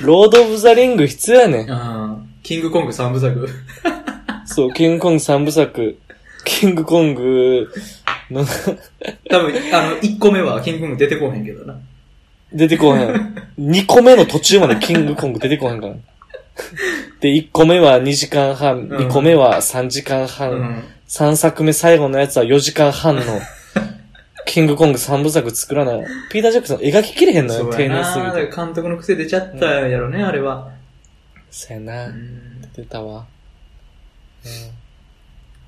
ロード・オブ・ザ・リング必要やね。
うん。キングコング三部
<laughs>
作。
そう、キングコング三部作。キングコングの
多分、あの、1個目はキングコング出てこへんけどな。
出てこへん。二個目の途中までキングコング出てこへんから。で、一個目は2時間半、
うん
二個目は3時間
う
半、
ん。
三作目最後のやつは4時間
<laughs>
半の、キングコング三部作作らない。ピーター・ジャクソン描ききれへんの
そ
よ、
うや
丁寧
な。
すぎ
だ
て。
から監督の癖出ちゃったやろね、あれは。
そうやな。
うん
出たわ。うん。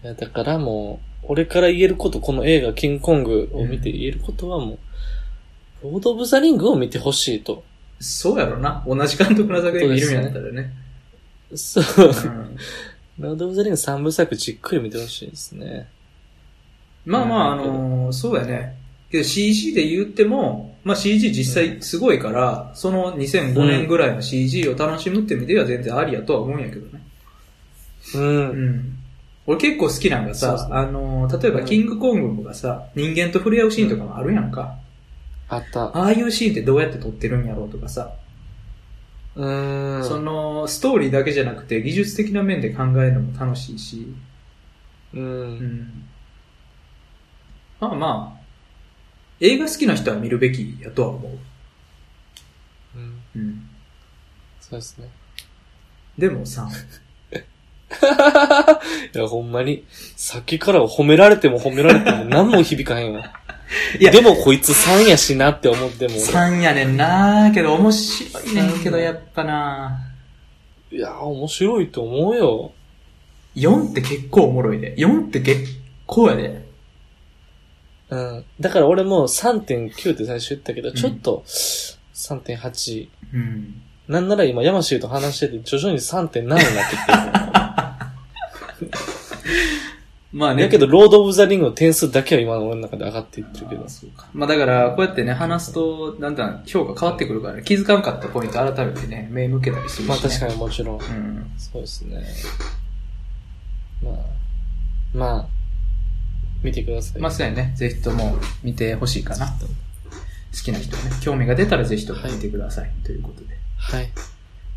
いや、だからもう、俺から言えること、この映画、キングコングを見て言えることはもう、ロード・オブ・ザ・リングを見てほしいと。 <laughs>
そうやろな。同じ監督の作品見るんやったらね。
そう。
うん
ロード・オブ・ザ・リング3部作じっくり見てほしいですね。
まあまあ、あ
なるほど
のーそうやね。けど CG で言っても、まあ CG 実際すごいから、その2005年ぐらいの CG を楽しむって意味では全然ありやとは思うんやけどね。
う。
うんん。俺結構好きなんがさ、
そうそう
あのー、例えばキングコングがさ、人間と触れ合うシーンとかもあるやんか。
あった。
ああいうシーンってどうやって撮ってるんやろうとかさ、
うーん。
その、ストーリーだけじゃなくて技術的な面で考えるのも楽しいし、
う。
うんん。まあまあ、映画好きな人は見るべきやとは思
うん。
う。うん。
そうですね。
でもさ、
いや、ほんまに、さっきから褒められても褒められても何も響かへんわ。
<laughs> いや
でもこいつ3やしなって思っても俺
3やねんなーけど面白いねんけどやっぱない
や、面白いと思うよ。
4って結構おもろいで。4って結構やで。
うん。だから俺も3.9って最初言ったけど、
ん
ちょっと、3.8。
うん。
なんなら今、山氏と話してて、徐々に3.7になってきてる。
まあ <laughs> ね。
だけど、ロード・オブ・ザ・リングの点数だけは今の俺の中で上がっていってるけど。
まあだから、こうやってね、話すと、だんだん評価変わってくるから、ね、気づかんかったポイント改めてね、目向けたりするし、ね。
まあ確かにもちろん。
に。うん。
そうですね。まあ、まあ、見てください。
まあそうやね、ぜひとも見てほしいかな。好きな人はね、興味が出たらぜひとも見てください。ということで。
はい。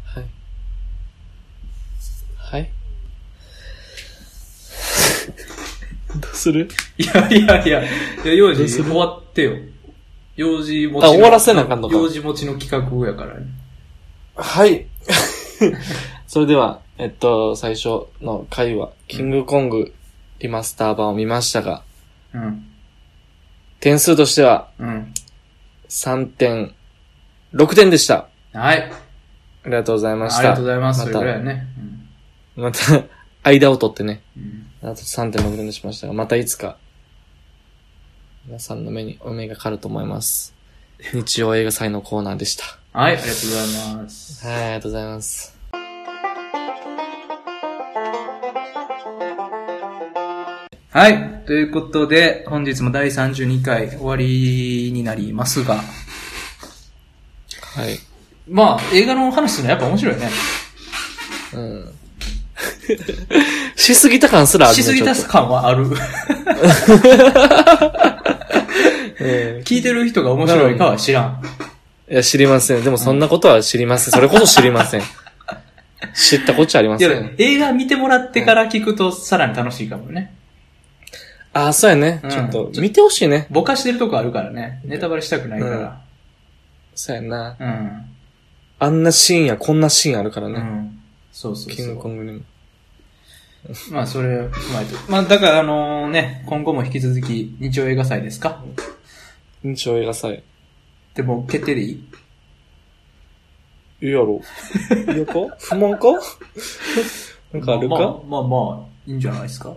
はい。はい。 <laughs> どうする
いやいやいや、いや、用
ど
事
うす
終
る
わってよ。用事持ちの。
あ終わらせなあかんのか
用事持ちの企画やからね。
はい。 <laughs> それでは、えっと、最初の回は、キングコングリマスター版を見ましたが、
うん。
点数としては
うん。
3.6点でした。
はい。
ありがとうございました。
ありがとうございます。
ま
そ
た
れぐらいやね。うん
また、間を取ってね、
うん
あと3.6点にしましたが、またいつか、皆さんの目にお目がかかると思います。日曜映画祭のコーナーでした。
はい、ありがとうございます。
はい、ありがとうございます。
はい。ということで、本日も第32回終わりになりますが、
はい。
まあ、映画の話するのやっぱ面白いね。
うん。 <laughs> しすぎた感すらある
し
ね
すぎた
ちょっ
感はあ
<laughs>
る。
とうん
聞いてる人が面白いかは知らん。
いや、知りません。でもそんなことは知りません。それこそ知りません。 <laughs> 知ったこっちゃありま
い
せ
や
ん。、
映画見てもらってから聞くとさらに楽しいかもね。
ああ、そうやね。
うん
ちょっと、見てほしいね。
ぼかしてるとこあるからね。ネタバレしたくないから。
そうやな。
うん。
あんなシーンやこんなシーンあるから
うん。
ね。
そうそう
キング
そ
コングにも。
う。まあ、それを踏まえて。まあ、だから、あのね、今後も引き続き、日曜映画祭ですか
日曜映画祭。
でも、決定でいい
いいやろ。いいやか不
<laughs>
満かなんかある
ま
か、
あまあまあ、いいんじゃないですか。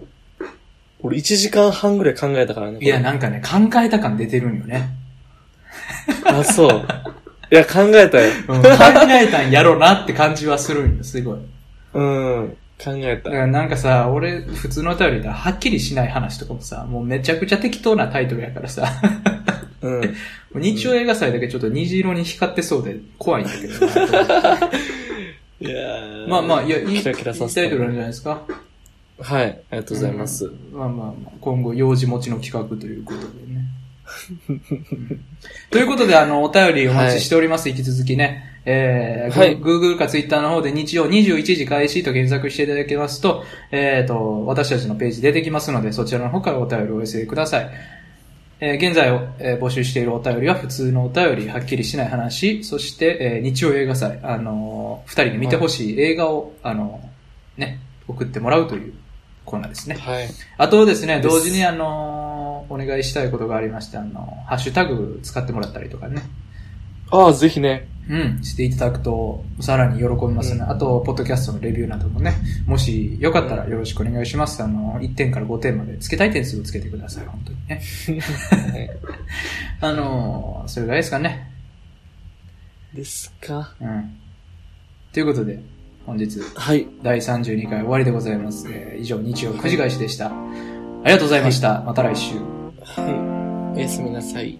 俺1時間半ぐらい考えたからね。
いや、なんかね、考えた感出てるんよね。
あ、そう。いや、考えたよ。
うん、考えたんやろなって感じはするんよ、すごい。
うん。考え
だ
た
か。らなんかさ、俺、普通のお便りではっきりしない話とかもさ、もうめちゃくちゃ適当なタイトルやからさ、
<laughs> うん。
もう日曜映画祭だけちょっと虹色に光ってそうで怖いんだけど
<laughs>
な。
いやー
まあまあ、いや、いい、
キラキラさせ
い
て
いタイトルなんじゃないですか。ありが
はい。ありがとうございます。
まあまあまあ、今後、用事持ちの企画という
<laughs>
ことでね。ということで、あの、お便りお待ちしております。引き続きね。えー、
はい
Google か Twitter の方で日曜21時開始と検索していただけますと、えっ、と、私たちのページ出てきますので、そちらの方からお便りをお寄せください。えー現在、えー募集しているお便りは普通のお便り、はっきりしない話、そして、えー日曜映画祭、あのー二人に見てほしい映画を、あのーね、送ってもらうというコーナーですね。
はい。
あとですね、
です
同時にあのーお願いしたいことがありまして、あのーハッシュタグ使ってもらったりとかね、
ああ、ぜひね。
うん、していただくと、さらに喜びますね。
うん
あと、ポッドキャストのレビューなどもね、もしよかったらよろしくお願いします。あのー1点から5点までつけたい点数をつけてください、本当にね。 <laughs> あのーそれぐらいですかね。
ですか。
うん。ということで、本日、
はい。
第32回終わりでございます。えー以上、日曜9時開始でした。ありがとうございました。また来週。
はい。おやすみなさい。